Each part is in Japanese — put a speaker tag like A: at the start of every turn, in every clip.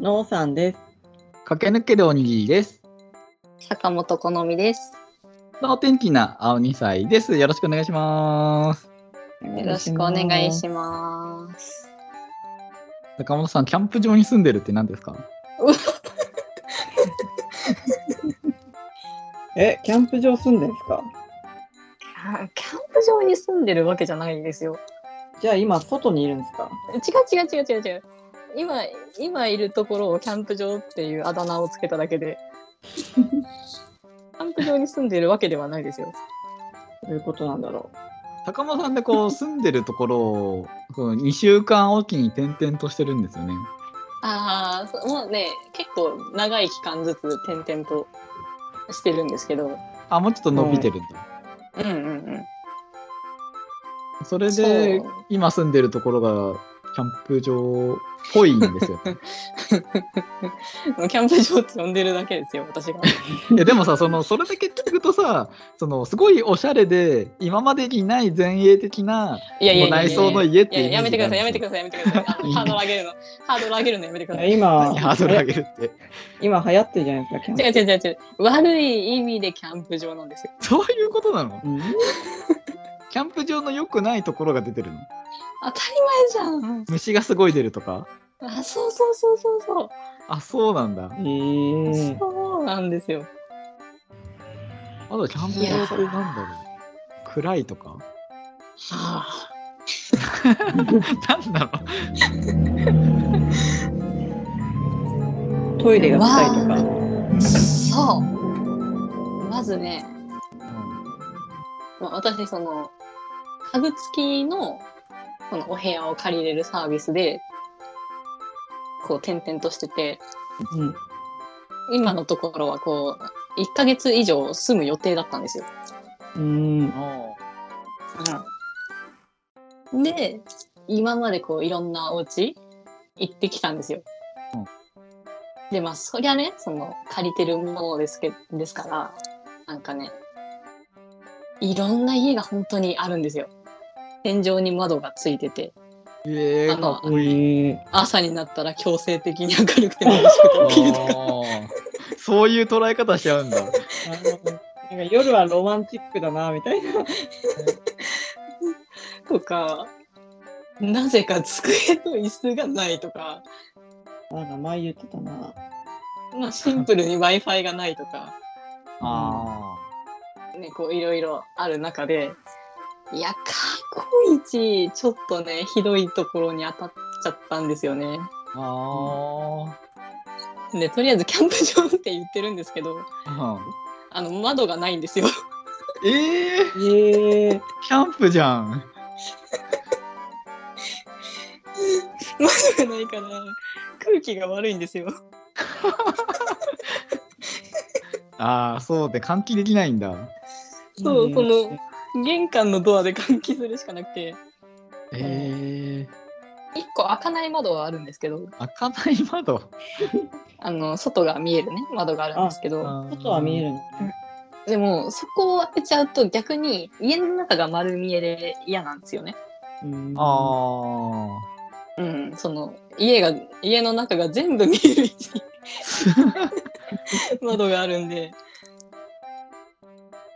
A: のうさんです。
B: 駆け抜けるおにぎりです。
C: 坂本好みです。
B: お天気な青2歳です。よろしくお願いします。
C: よろしくお願いします。
B: 坂本さん、キャンプ場に住んでるって何ですか
A: え、キャンプ場住んでんですか
C: あキャンプ場に住んでるわけじゃないんですよ。
A: じゃあ今、外にいるんですか
C: 違う違う違う違う違う。今、今いるところをキャンプ場っていうあだ名をつけただけ で。キャンプ場に住んでるわけではないですよ。
A: どういうことなんだろ
B: 坂本さんってこう住んでるところをこう2週間おきに転々としてるんですよね。
C: ああ、もうね、結構長い期間ずつ転々としてるんですけど。
B: あ、もうちょっと伸びてるんだ。
C: うんうんうん。
B: それで
C: そう
B: 今住んでるところがキャンプ場っぽいんです よ。
C: もうキャンプ場って呼んでるだけですよ、私が。
B: いやでもさそのそれだけ聞くとさそのすごいおしゃれで今までにない前衛的ない
C: やいやいやいやい
B: 内
C: や
B: 装の家っ
C: い
B: て
C: や
B: イメージ
C: やめてくださ
B: がある
C: い、やめ
B: ん
C: て
B: です
C: く
B: よ
C: ださい、やめて ください。あのハードル上げるの、ハードル上げるのやめてく
A: う
C: ださい。
A: え今、
B: 何ハードル上
A: え
B: げるって
A: 今流行ってるじゃないですか、キャンプ
C: 違う違う違う違う。悪い意味でキャンプ場なんですよ。
B: そういうことなの
A: うん
B: キャンプ場の良くないところが出てるの
C: 当たり前じゃん。
B: 虫がすごい出るとか
C: あ、そうそうそうそうそう。
B: あそうなんだ
A: えー、
C: そうなんですよ。
B: あとキャンプ場ってなんだろう暗いとか
C: はあ。
B: なんだろう
A: トイレが臭いとか。
C: そう。まずね、まあ、私その家具付きのこのお部屋を借りれるサービスでこう転々としてて
A: うん、
C: 今のところはこう1ヶ月以上住む予定だったんですよ。
A: うん、
C: で今までこういろんなお家行ってきたんですよ。
B: うん
C: でまあそりゃねその借りてるものですけですからなんかねいろんな家が本当にあるんですよ。天井に窓がついてて
B: えー、かっこいい
A: えー、
C: 朝になったら強制的に明るくなる人が起きるとか。
B: あー そういう捉え方しちゃうんだ
A: あのなんか夜はロマンチックだな、みたいな。
C: とかなぜか机と椅子がないとか、
A: なんか前言ってたな。
C: まあ、シンプルに w i f i がないとか。
B: あ
C: ね、こういろいろある中でいや過去一ちょっとねひどいところに当たっちゃったんですよね。
B: ーあ
C: でとりあえずキャンプ場って言ってるんですけ
B: ー、
C: ど
B: うん
C: あの窓がないんですよ。
B: え
A: え
B: ー、
A: ー、
B: キャンプじゃん。
C: 窓がないから空気が悪いんですよ。
B: ああ、そうで換気できないんだ。
C: そう
A: うん
C: この玄関のドアで換気するしかなくて
B: ええ
C: 1個開かない窓はあるんですけど
B: 開かない窓。
C: あの外が見えるね窓があるんですけど
A: 外は見え
B: る。
A: るの。
C: でもそこを開けちゃうと逆に家の中が丸見えで嫌なんですよね。
A: うん、
B: あ
C: うん、その家が家の中が全部見える位置に 窓があるんで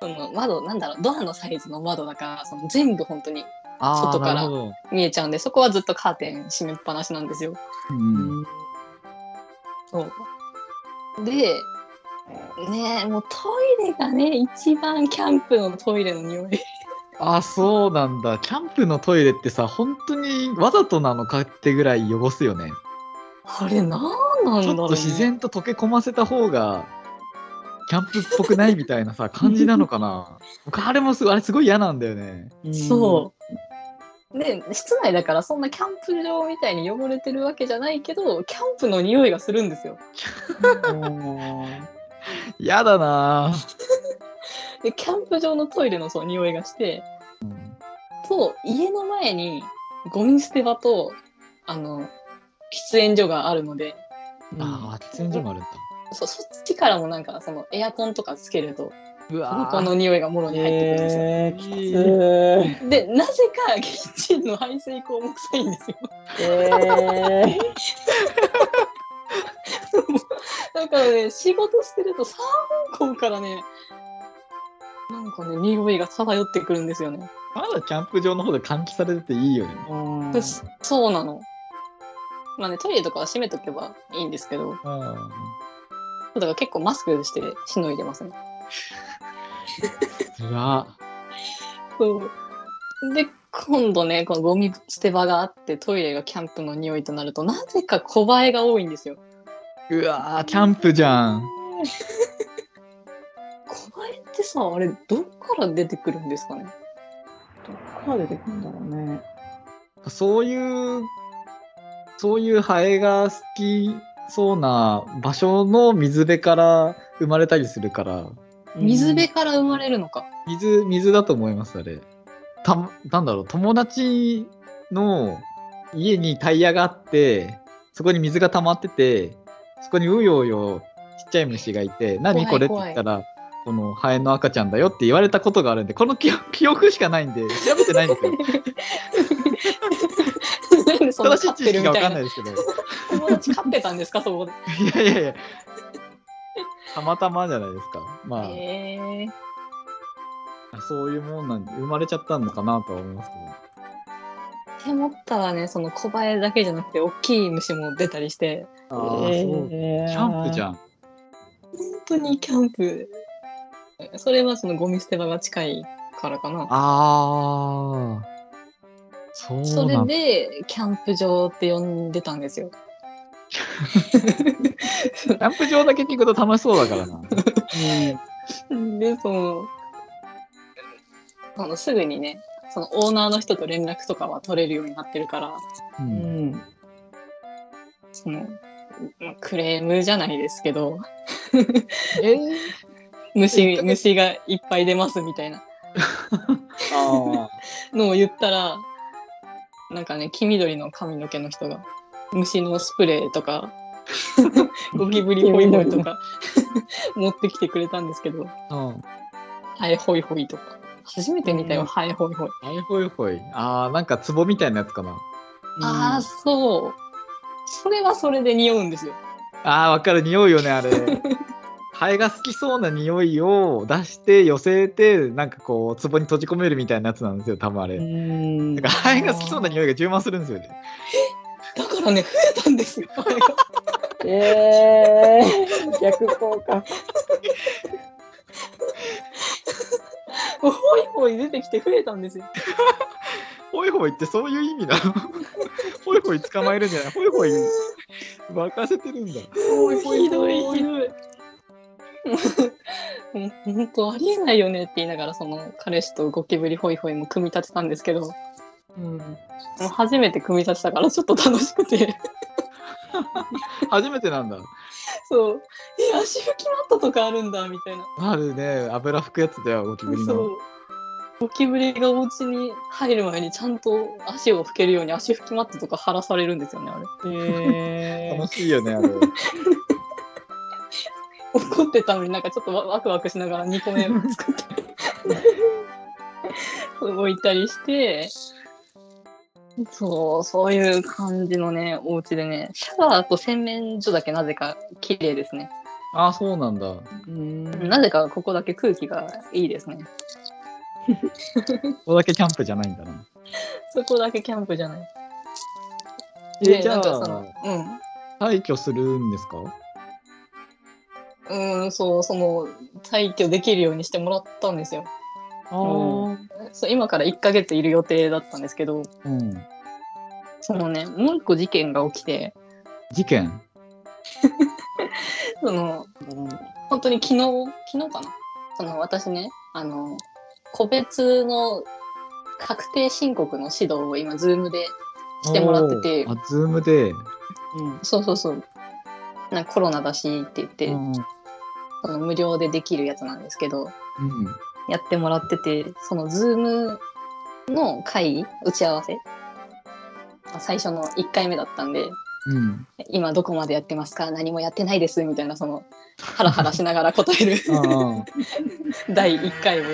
C: その窓なんだろうドアのサイズの窓だからその全部本当に
B: あ。ああ。
C: 外から
B: なるほど
C: 見えちゃうんでそこはずっとカーテン閉めっぱなしなんですよ。
B: うん。
C: そうでねえもうトイレがね一番キャンプのトイレの匂い。
B: あ、そうなんだ。キャンプのトイレってさ、本当にわざとなのかってぐらい汚すよね。
C: あれなんなんだ
B: ち
C: ろ
B: ょ
C: う、ね
B: っ、と自然と溶け込ませた方が、キャンプっぽくないみたい なさ、感じなのかな。僕、あれもすごい、あれすごい嫌なんだよね。
A: うん
C: そう。で、室内だからそんなキャンプ場みたいに汚れてるわけじゃないけど、キャンプの匂いがするんですよ。
A: うん
B: 嫌だなぁ。
C: で、キャンプ場のトイレのそう匂いがして、と、家の前にゴミ捨て場と、あの、喫煙所があるので、
B: ああ、喫煙所もあるんだ。
C: そそっちからもなんかそのエアコンとかつけると、
B: う
C: そ
B: わ
C: の
B: ー
C: この匂いがもろに入ってくるんですよ。
A: えー、きつい。
C: で、なぜかキッチンの排水口も臭いんですよ。
A: えー
C: なんかね、仕事してると三方向からね、なんかね、匂いが漂ってくるんですよね。
B: まだキャンプ場の方が換気されてていいよね。
A: うん
C: 私そうなの。まあね、トイレとかは閉めとけばいいんですけど、
B: うん。
C: だから結構マスクしてしのいでますね。
B: うわ。
C: そう。で、今度ね、このゴミ捨て場があって、トイレがキャンプの匂いとなると、なぜか小映えが多いんですよ。
B: うわーキャンプじゃん。
C: 小映えってさ、あれ、どっから出てくるんですかね。
A: どっから出てくるんだろうね。
B: そういう、そういうハエが好きそうな場所の水辺から生まれたりするから、
C: 水辺
A: うん
C: から生まれるの か。
B: 水、水だと思います、あれ。た、なんだろう、友達の家にタイヤがあって、そこに水が溜まってて、そこにうようよちっちゃい虫がいて、何これって
C: 怖
B: 言
C: い
B: ったら、このハエの赤ちゃんだよって言われたことがあるんで、この記憶記憶しかないんで、調べてないんですよ。
C: なんで そんな
B: 正し
C: 飼
B: い
C: っ
B: 知
C: て
B: 識
C: るみ
B: がわ
C: た
B: か
C: い
B: んな。
C: ない
B: ですけど。
C: 友達飼ってたんですか、そこで。
B: いやいやい や。たまたまじゃないですか。まあ、
C: へえ。
B: そういうもんなんで、生まれちゃったのかなとは思いますけ
C: って思ったらね、その小映えだけじゃなくて、大きい虫も出たりして、
B: ど。ああ、そう。キ
A: えー
B: ャンプじゃん。
C: 本当にキャンプ。それはそのゴミ捨て場が近いからかな。
B: ああ。そう
C: そ
B: な
C: れ
B: んだ。
C: で、キャンプ場って呼んでたんですよ。
B: キャンプ場だけ聞くと楽しそうだ からな。
C: で、その、あのすぐにね、そのオーナーの人と連絡とかは取れるようになってるから、
A: う
B: う。
A: んん。
C: その、まあクレームじゃないですけど、
B: えー、
C: 虫、虫がいっぱい出ますみたいな
B: あ
C: のを言ったら、なんかね、黄緑の髪の毛の人が、虫のスプレーとか、ゴキブリホイホイと か持ってきてくれたんですけど、
B: あ。うん。
C: ハエホイホイとか。初めて見たよ、
A: うん
C: ハエホイホイ。
B: あいほいほい。ああ、なんか壺みたいなやつかな。
C: ああ、そう。それはそれで匂うんですよ。
B: ああ、わかる。匂いよね、 あれ。ハエが好きそうな匂いを出して、寄せて、なんかこう、壺に閉じ込めるみたいなやつなんですよ、多分あれ。
A: うん。
B: なんかハエが好きそうな匂いが充満するんですよね。
C: だからね、増えたんですよ。ハエが
A: えー、逆効果。
C: もうホイホイ出てきて増えたんですよ。
B: ホイホイってそういう意味なの ホイホイ捕まえるんじゃないホイホイ沸かせてるんだ。
C: ひどい ひどい。もう本当ありえないよねって言いながらその彼氏とゴキブリホイホイも組み立てたんですけども
A: うん。
C: う初めて組み立てたからちょっと楽しくて
B: 初めてなんだ。
C: そう「え足拭きマットとかあるんだ」みたいな
B: あるね、油拭くやつだよ、ゴキブリ
C: そ
B: の。
C: うゴキブリがお家に入る前にちゃんと足を拭けるように足拭きマットとか貼らされるんですよねあれ
A: えー
B: 楽しいよね、あれ。
C: 怒ってたのになんかちょっとワワクワクしながら2個目を作って置いたりしてそうそういう感じのねお家でねシャワーと洗面所だけなぜか綺麗ですね
B: ああ、そうなんだ。
A: うん。
C: なぜかここだけ空気がいいですね
B: ここだけキャンプじゃないんだな。
C: そこだけキャンプじゃない
B: え
C: で
B: じゃ
C: なんかその
B: あ、退去するんですか
C: うんうんそうその退去できるようにしてもらったんですよ
B: あー
C: そう今から1ヶ月いる予定だったんですけ
B: う
C: ど
B: ん。
C: そのねもう一個事件が起きて
B: 事件
C: その本当に昨日昨日かなその私ねあの個別の確定申告の指導を今ズームでしてもらってて
B: おーあ、ズームで。
A: うん。
C: そうそうそうなんかコロナだしって言って、
B: うん。
C: その無料でできるやつなんですけど
B: うん
C: やってもらっててそのズームの会議打ち合わせまあ最初の1回目だったんで
B: うん。
C: 今どこまでやってますか何もやってないですみたいなそのハラハラしながら答える
B: ああ。
C: 第1回を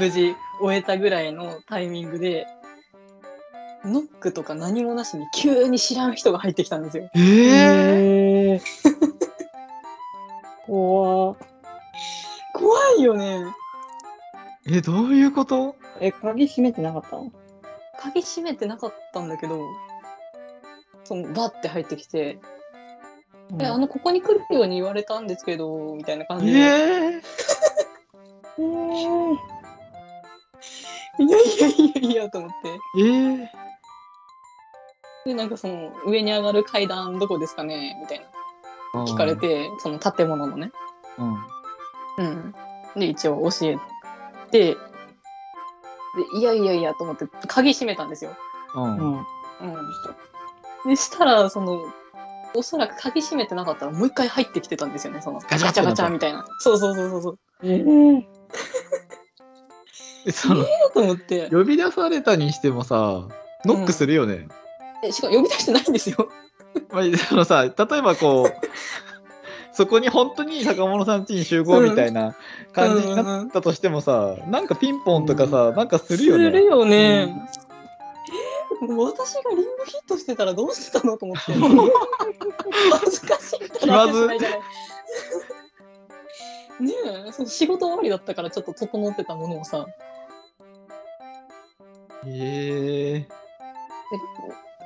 C: 無事終えたぐらいのタイミングでノックとか何もなしに急に知らん人が入ってきたんですよ。
B: ええ
A: えー
B: え、どういうこと
A: え、鍵閉めてなかったの
C: 鍵閉めてなかったんだけど、そのバッて入ってきて、え、あの、ここに来るように言われたんですけど、みたいな感
B: え
C: じで。
B: え
A: えー、
C: いやいやいやいやと思って。
B: ええ
C: で、なんかその、上に上がる階段どこですかねみたいな。聞かれ。て、その建物のね。
B: うん。
C: うん。で、一応教えて、で、いやいやいやと思って、鍵閉めたんですよ。
B: うん。うん。
A: う
C: うん。で、したら、その、おそらく鍵閉めてなかったら、もう一回入ってきてたんですよね、その、ガチャガチャガチャみたいな。そうそうそうそうそう。
A: ん。えー、
B: えその、
C: えーと思って、
B: 呼び出されたにしてもさ、ノックするよね。
C: えしかも呼び出してないんですよ。
B: まあ、そのさ、例えばこう、そこに本当に坂本さん家に集合みたいな感じになったとしてもさ、なんかピンポンとかさ、なんかするよ
C: する
B: ね。
C: よね。えーもう私がリングヒットしてたらどうしてたのと思 って。恥ずかしいから
B: 気まず
C: 話しないじゃないねえ、その仕事終わりだったからちょっと整ってたものをさ、
B: ええ
C: で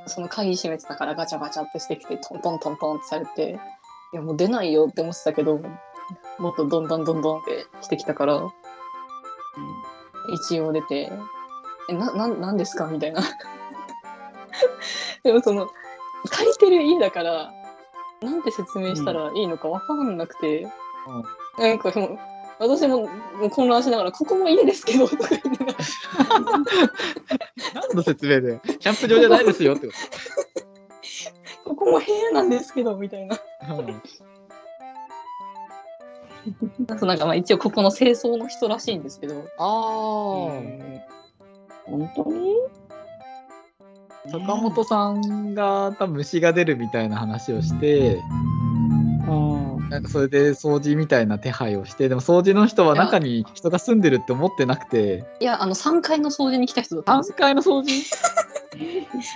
C: その鍵閉めてたからガチャガチャってしてきてトントントントンってされていやもう出ないよって思ってたけどもっとどんどんどんどんってしてきたから一応出て「えなななんですか?」みたいな でもその借りてる家だからなんて説明したらいいのか分かんなくて、なんかもう私ももう混乱しながら「ここも家ですけど」とか言いながら
B: 何の説明でキャンプ場じゃないですよってこ
C: 「ここも部屋なんですけど」みたいな。
B: と。うん
C: そうなんかまあ一応ここの清掃の人らしいんですけど、
B: あ
A: えー本当に
B: あ、坂本さんが多分虫が出るみたいな話をして、
A: うん。
B: なんかそれで掃除みたいな手配をして、でも掃除の人は中に人が住んでるって思ってなくて、
C: いや、あの3階の掃除に来た人だったんです
B: 3階の掃除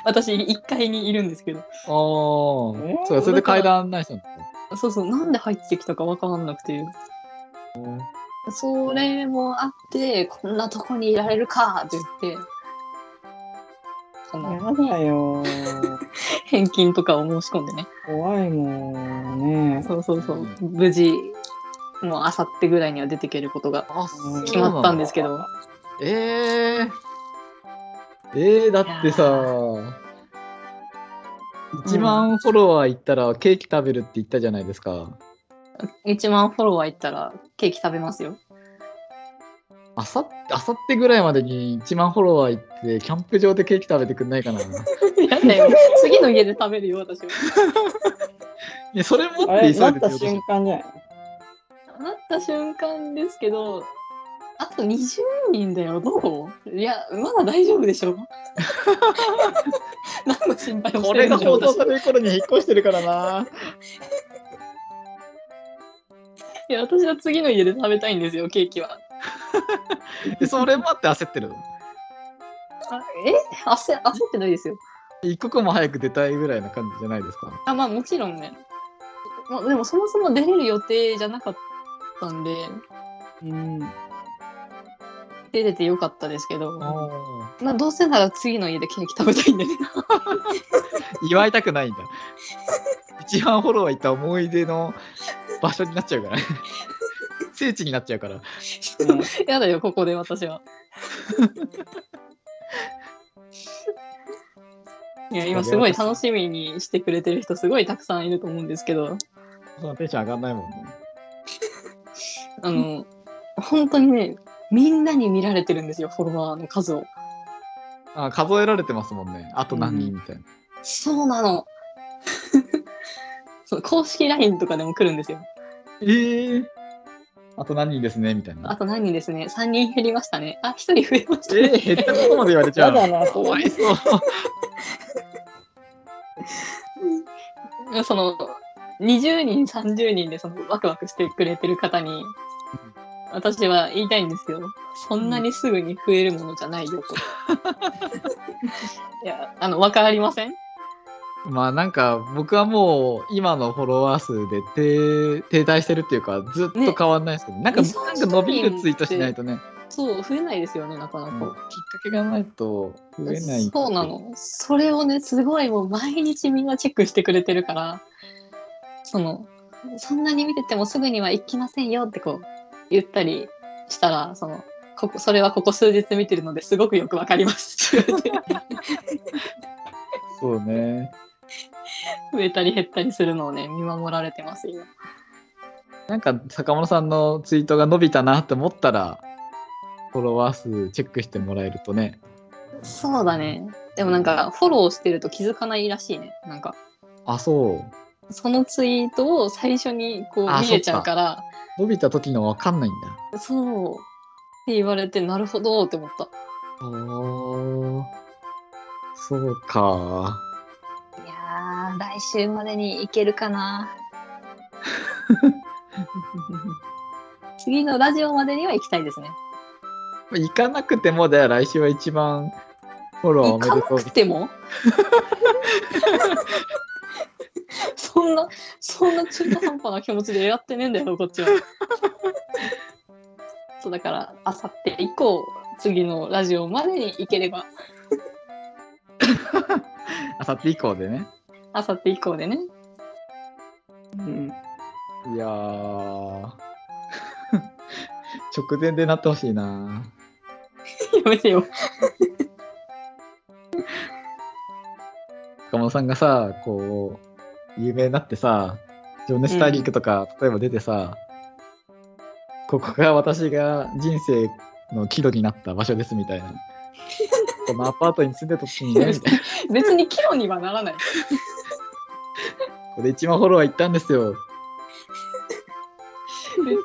C: 私1階にいるんですけど、
B: ああ、
A: えー
B: そうそれで階段案内したんだ。
C: そうそう、なんで入ってきたかわかんなくて。それもあって、こんなとこにいられるかって言って、そ
A: や
C: の
A: だ よー。
C: 返金とかを申し込んでね。
A: 怖いもんね。
C: そうそうそう。無事、もうあさってぐらいには出てけることが
B: あ
A: そう
C: 決まったんですけ
A: そう
C: ど
A: な、
B: えー、えー、だってさ
C: いや、
B: 1万フォロワーいったらケーキ食べるって言ったじゃないですか。
C: 1万フォロワーいったらケーキ食べますよ。
B: あさあさってぐらいまでに1万フォロワー行って、キャンプ場でケーキ食べてくんないかな。い
C: やだよ。 次の家で食べるよ、私は。
B: や、それ持っ
A: あ
B: て急い
A: れ、
B: で
A: な
B: て
A: った
B: 私
A: 瞬間じゃない
C: なった瞬間ですけど、あと20人だよ、どういや、まだ大丈夫でしょ。 何の心配をし
B: こ
C: て
B: れ
C: る
B: が
C: んだろ
B: 放
C: う
B: 送
C: 私
B: される頃に引っ越してるからな。
C: いや、私は次の家で食べたいんですよ、ケーキは。
B: でそれもあって焦ってるの。
C: あえ焦焦ってないですよ。
B: 一刻も早く出たいぐらいな感じじゃないですか。
C: あ、まあもちろんね。まあ、でもそもそも出れる予定じゃなかったんで、
A: うん。
C: 出れてよかったですけど、まあどうせなら次の家でケーキ食べたいんでね。
B: 祝いたくないんだ。1万フォロワー行った思い出の場所になっちゃうからね。聖地になっちゃうから。
C: やだよ、ここで 私は。いや、今すごい楽しみにしてくれてる人すごいたくさんいると思うんですけど、
B: そんなテンション上がんないもんね。
C: あの、本当にね、みんなに見られてるんですよ、フォロワーの数を。
B: あ数えられてますもんね。あと何人みたいな。
C: そうなの。 そう公式 LINE とかでも来るんですよ。
B: ええあと何人ですねみたいな。
C: あと何人ですね。3人減りましたね。あ、1人増えました
B: え
C: ね。
B: ー、減ったことまで言われちゃ
A: や
B: う。
A: だな、
B: か
A: そ
B: わ
A: れ
B: いそう。
C: その20人30人でそのワクワクしてくれてる方に私は言いたいんですよそんなにすぐに増えるものじゃないよと。 いやあの分かりません
B: まあなんか僕はもう今のフォロワー数で停停滞してるっていうかずっと変わんないですけど、なんか
C: ね
B: なんか伸びるツイートしないとね。
C: そう、増えないですよね、なかな
B: うんきっ
C: か。
B: かけがないと増えない。
C: そうな。の。それをね、すごいもう毎日みんなチェックしてくれてるから、その、そんなに見ててもすぐには行きませんよってこう、言ったりしたら、その、ここそれはここ数日見てるのですごくよくわかります って言われて
B: そうね。
C: 増えたり減ったりするのをね見守られてます今
B: なんか坂本さんのツイートが伸びたなって思ったら、フォロワー数チェックしてもらえるとね。
C: そうだねでもなんかフォローしてると気づかないらしいねなんか
B: あ、そう。
C: そのツイートを最初にこ
B: あ
C: う見れちゃうから
B: 伸びた時のわかんないんだ。
C: そうって言われてなるほどって思った
B: おー。そうか。
C: いやー来週までに行けるかな次のラジオまでには行きたいですね
B: 行かなくてもだよ、来週は一番フォロー
C: 行
B: おめで
C: かな
B: とう
C: く。てもそんなそんな中途半端な気持ちでやってねえんだよこっちはそうだからあさって以降次のラジオまでに行ければ
B: あさって以降でね。
C: あさって以降でね
A: うん。
B: いやー。 直前でなってほしいな。
C: やめてよ
B: 岡本さんがさ、こう、有名になってさ、情熱大陸とか、例えば出てさ、ここが私が人生の岐路になった場所ですみたいな。このアパートに住んでた時にね、みたいな。こ
C: 別にキロにはならない
B: こで一番フォロワー行ったんですよ。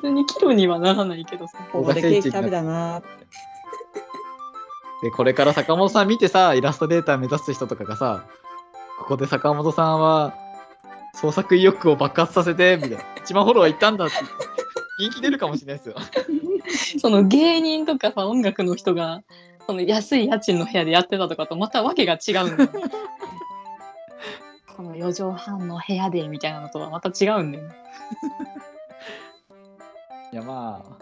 C: 別にキロにはならないけどさ
A: ここでケーキ食べたなーって。
B: で、これから坂本さん見てさ、イラストレーター目指す人とかがさ、ここで坂本さんは創作意欲を爆発させて、みたいな。一番フォロワー行ったんだって言って。人気出るかもしれないですよ。
C: その芸人とかさ音楽の人がその安い家賃の部屋でやってたとかとまたわけが違うんだよね この4畳半の部屋でみたいなのとはまた違うんだよね
B: いやまあ、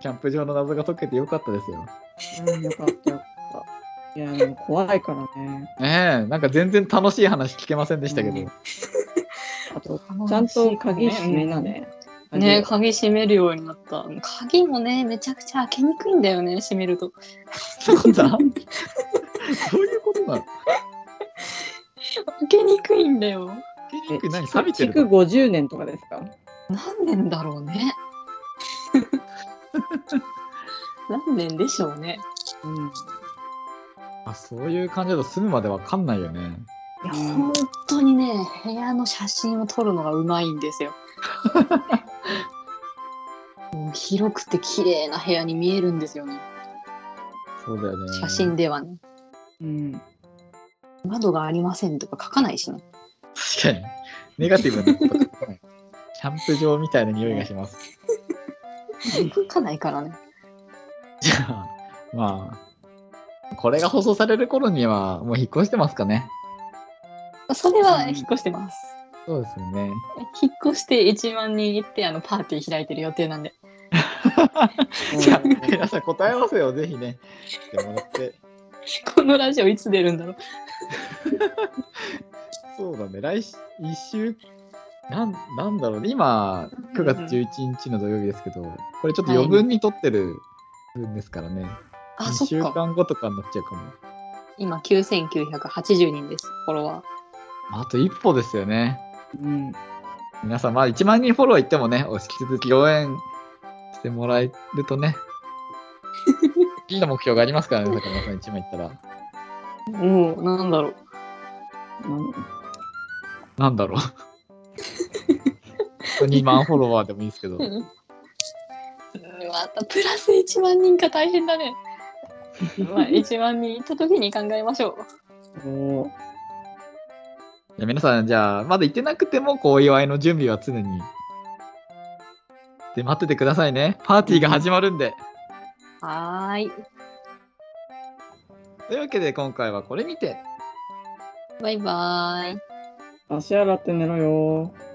B: キャンプ場の謎が解けてよかったですよ。
A: うん、よかったよかった。いや、でも怖いからね。
B: ねえ、なんか全然楽しい話聞けませんでしたけど、
A: うんあと、ちゃんと鍵閉めなね。
C: ね鍵閉めるようになった鍵もねめちゃくちゃ開けにくいんだよね閉めると
B: そうだどういうことなの
C: 開けにくいんだよ
B: ケ
A: え
B: ニック何錆びてる
A: 築
B: の
A: 50年とかですか
C: 何年だろうね 何年でしょうね
A: うん。
B: あそういう感じだと住むまでわかんないよね。
C: いや本当にね部屋の写真を撮るのがうまいんで すよ。もう広くて綺麗な部屋に見えるんですよね
B: そうだよね。
C: 写真ではね。
A: うん。
C: 窓がありませんとか書かないしね。
B: 確かに。ネガティブなこと書かないキャンプ場みたいな匂いがします。
C: 書かないからね。
B: じゃあ、まあ、これが放送される頃にはもう引っ越してますかね。
C: それは引っ越してます。
B: そうですよね。
C: 引っ越して1万人行ってあのパーティー開いてる予定なんで。
B: じゃあ、皆さん答え合わせをぜひね、してもらって。
C: このラジオいつ出るんだろう。
B: そうだね、来週、一週、なんなんだろうね、今、9月11日の土曜日ですけど、これちょっと余分に撮ってる分ですからね、
C: あ、
B: 2
C: そ
B: 週
C: っか。
B: 間後とかになっちゃうかも。
C: 今9980人です。フォロワ
B: あと一歩ですよね。
A: うん。
B: 皆さん、まあ1万人フォローいってもね、お引き続き応援してもらえると ね、次の目標がありますからね、坂本さん1万いったら。
C: ー。もうなんだろう。
A: うん
B: なんだろう。2万フォロワーでもいいですけど。
C: うんまたプラス1万人か大変だ ね。まあ1万人いった時に考えましょ
A: そう。
B: いや皆さん、じゃあ、まだ行ってなくても、こう、お祝いの準備は常に。で、待っててくださいね。パーティーが始まるんで。
C: う。はーい。
B: というわけで、今回はこれにて。
C: バイバーイ。
A: 足洗って寝ろよー。